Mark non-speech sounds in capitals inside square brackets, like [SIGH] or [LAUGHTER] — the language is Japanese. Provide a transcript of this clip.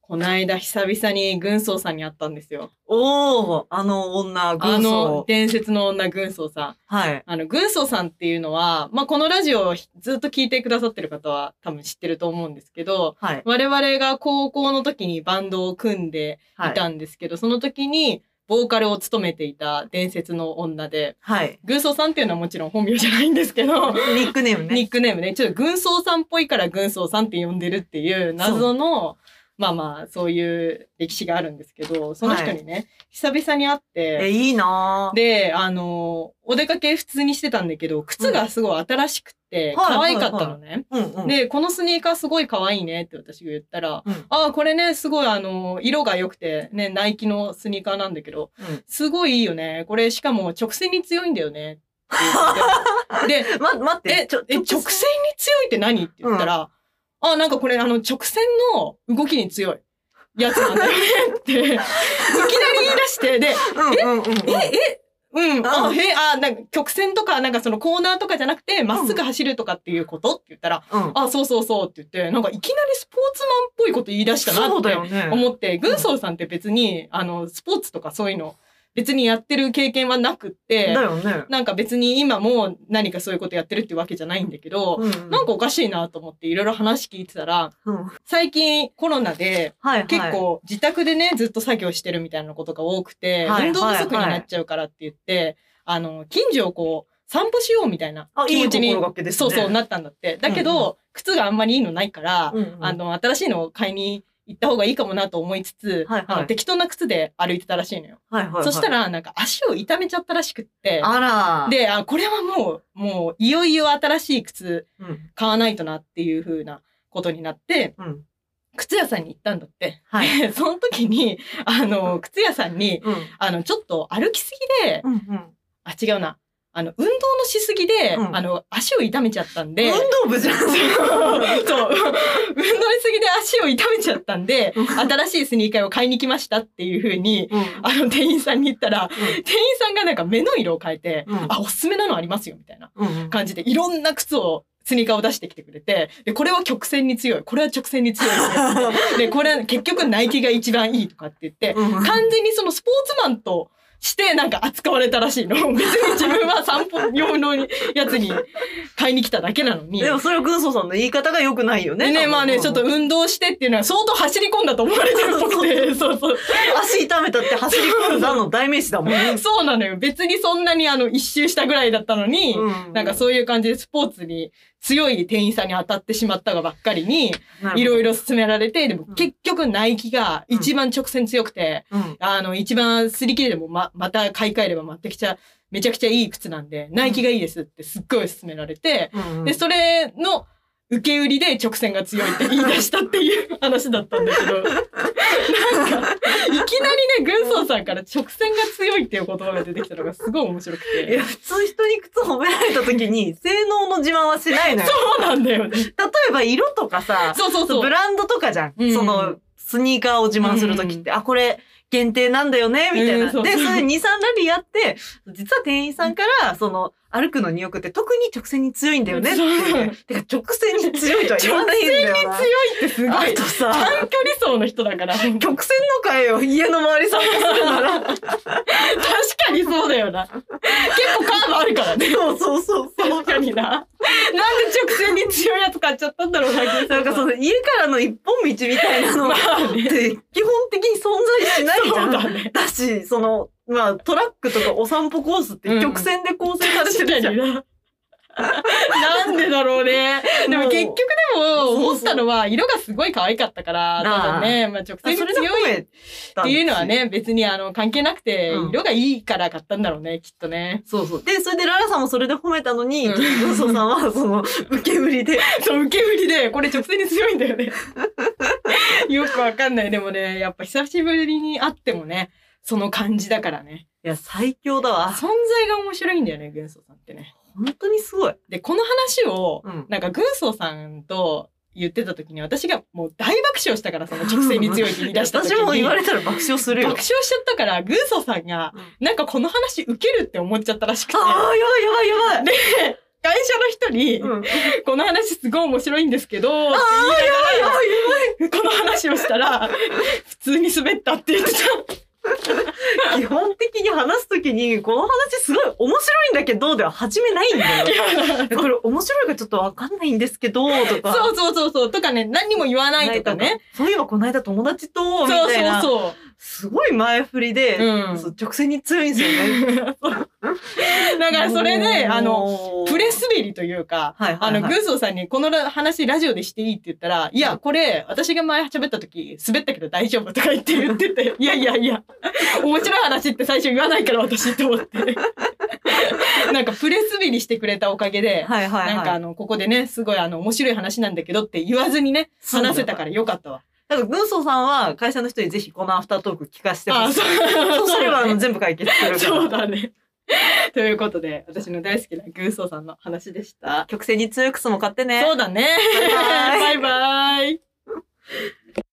こないだ久々に軍曹さんに会ったんですよ。おー、あの女、あ軍の曹。伝説の女軍曹さん。はい。あの、軍曹さんっていうのは、まあ、このラジオをずっと聞いてくださってる方は多分知ってると思うんですけど、はい。我々が高校の時にバンドを組んではいい。たんですけど、その時にボーカルを務めていた伝説の女で、はい。軍曹さんっていうのはもちろん本名じゃないんですけど、ニックネームね。ニックネームね、ちょっと軍曹さんっぽいから軍曹さんって呼んでるっていう謎の、まあまあ、そういう歴史があるんですけど、その人にね、久々に会っえ、て、いいなぁ。で、あの、お出かけ普通にしてたんだけど、靴がすごい新しくて、うん可愛かったのね。うんうん。で、このスニーカーすごい可愛いねって私が言ったら、うんああ、これね、すごいあの、色が良くて、ね、ナイキのスニーカーなんだけど、うんすごいいいよね。これしかも直線に強いんだよね。って言 [LAUGHS] ってで、ま、待っえ、て。え直線に強いって何って言ったら、あ、なんかこれあの直線の動きに強いやつなんだよね [LAUGHS] って、いきなり言い出して、で、うんうんうんうん。え、え、うん、あ、うんへ、あ、なんか曲線とか、なんかそのコーナーとかじゃなくて、まっすぐ走るとかっていうことって言ったら、うん。あ、そうそうそうって言って、なんかいきなりスポーツマンっぽいこと言い出したなそうっだてよね。思って、軍曹さんって別に、あの、スポーツとかそういうの、別にやってる経験はなくって、だよね。なんか別に今も何かそういうことやってるってわけじゃないんだけど、うんなんかおかしいなと思っていろいろ話聞いてたら、うんはい最近コロナではい。結構自宅でね、ずっと作業してるみたいなことが多くて、はい運動不足になっちゃうからって言って、あの、近所をこう、散歩しようみたいなあ、気いい持ちに、心がけですそね。うそうなったんだって。だけど、靴があんまりいいのないから、うんうん。あの、新しいのを買いに行った方がいいかもなと思いつつ、はいはいあの適当な靴で歩いてたらしいのよ。はいはいはい。そしたら、なんか足を痛めちゃったらしくって、あら。、で、あ、これはもう、もう、いよいよ新しい靴うん。買わないとなっていう風なことになって、うん。靴屋さんに行ったんだって。 [LAUGHS] はい。でその時に、あの、靴屋さんに、うん。あの、ちょっと歩きすぎで、うんうん。あ、違うな。あの、運動のしすぎで、うんあの、足を痛めちゃったんで、 [LAUGHS] 運動部じゃん。そう、運動しすぎで足を痛めちゃったんで、うん新しいスニーカーを買いに来ましたっていう風に、うん。あの、店員さんに言ったら、う店員さんがなんか目の色を変えて、うんあ、おすすめなのありますよ、みたいな。んうん。感じでいろんな靴をスニーカーを出してきてくれてでこれは曲線に強いこれは直線に強いってでこれは結局ナイキが一番いいとかって言ってうん完全にそのスポーツマンとしてなんか扱われたらしいの [LAUGHS] 別に自分は散歩用のやつに買いに来ただけなのに。でもそれは軍曹さんの言い方が良くないよね。でね、まあね、ちょっとうん運動してっていうのは相当走り込んだと思われてるっぽくて、 [LAUGHS] そうそう。足痛めたって走り込んだの代名詞だもんね。そうなのよ。別にそんなにあの一周したぐらいだったのに、なんかそういう感じでスポーツに強い店員さんに当たってしまったがばっかりに、うんいろいろ勧められて、でもうん結局ナイキが一番直線強くて、うんあの、一番擦り切れでもま、また買い替えればまたきちゃ、めちゃくちゃいい靴なんで、ナイキがいいですってすっごい勧められて、うんで、それの受け売りで直線が強いって言い出したっていう [LAUGHS] 話だったんだ [LAUGHS] けど、なんか、いきなりね、軍曹さんから直線が強いっていう言葉が出てきたのがすごい面白くいて。や、普通人に靴褒められた時に、性能の自慢はしないのよ。そうなんだよね。例えば色とかさ、そうそうそうブ。ランドとかじゃん。うんその、スニーカーを自慢する時って、あ、これ、限定なんだよね、みたいな。うんそうで、そそうれ2、3ラリーやって、実は店員さんから、その、歩くのによくて、特に直線に強いんだよねっていう。てか、直線に強いとは言わないんだよな。強いってすごあいと。短さ、距離走の人だから。確曲線の会を家の周り散歩するなら、 [LAUGHS] かにそうだよな。結構カーブあるからね。そうそうそうそ確。うかにな。なんで直線に強いやつ買っちゃったんだろうな。なんかその家からの一本道みたいなのまっあね。て基本的に存在しないじそうゃん。だね。だし、その、まあトラックとかお散歩コースって曲線で構成されて確かるじゃん。にな。なんでだろうね。でも結局でも思ったのは色がすごい可愛かったから、なあ多分ね、まあ直あ線そにれで強褒いっめたていうのは。ね、別にあの関係なくてう、ん色がいいから買ったんだろうね、きっとね。そうそう。で、それでララさんもそれで褒めたのに、うんヨソさんはその、受け売りで、そう、受け売りで、これ直線に強いんだよ [LAUGHS] ね。よくわかんない。でもね、やっぱ久しぶりに会ってもね、その感じだからね。いや、最強だわ。存在が面白いんだよね、軍曹さんってね。本当にすごい。で、この話を、うん。なんか軍曹さんと言ってた時に、私がもう大爆笑したから、その直線に強いって言い出した時に。 [LAUGHS] 私も言われたたら爆笑する爆よ。笑しちゃったから、軍曹さんが、なんかこの話受けるって思っちゃったらしくて。ああ、やばいやばいやばい。会社の人に、うん。この話すごい面白いんですけど、って言いこの話をしたら、普通に滑ったって言ってた。基本的に話すときに、この話すごい面白いんだけど、では始めないん [LAUGHS] だよ。これ面白いかちょっとわかんないんですけど、とか。そうそうそうそう。とかね、何にも言わないとかね。。そういえばこの間友達そと、みうたいそうな。そう。すごい前振りで、うんそう直線に強いんですよね。 [LAUGHS] だからそれで、あの、のプレ、スベリというか、はいはいはあいの、軍曹さんにこのラ話ラジオでしていいって言ったら、いや、これ、私が前喋った時、滑ったけど大丈夫とか言って言って [LAUGHS] て、いやいやいや、面白い話って最初言わないから私って思 [LAUGHS] って。なんか、プレスベリしてくれたおかげで、はいはいはい。なんかあの、ここでね、すごいあの、面白い話なんだけどって言わずにね、そうだ話せたからよかったわ。だから軍曹さんは会社の人にぜひこのアフタートーク聞かせてほしい。そうそうすればあだのね全部解決するから。そうだね。 [LAUGHS] ということで、私の大好きな軍曹さんの話でした。曲線に強い靴も買って [LAUGHS] ね。そうだね。バイバイバイバイ。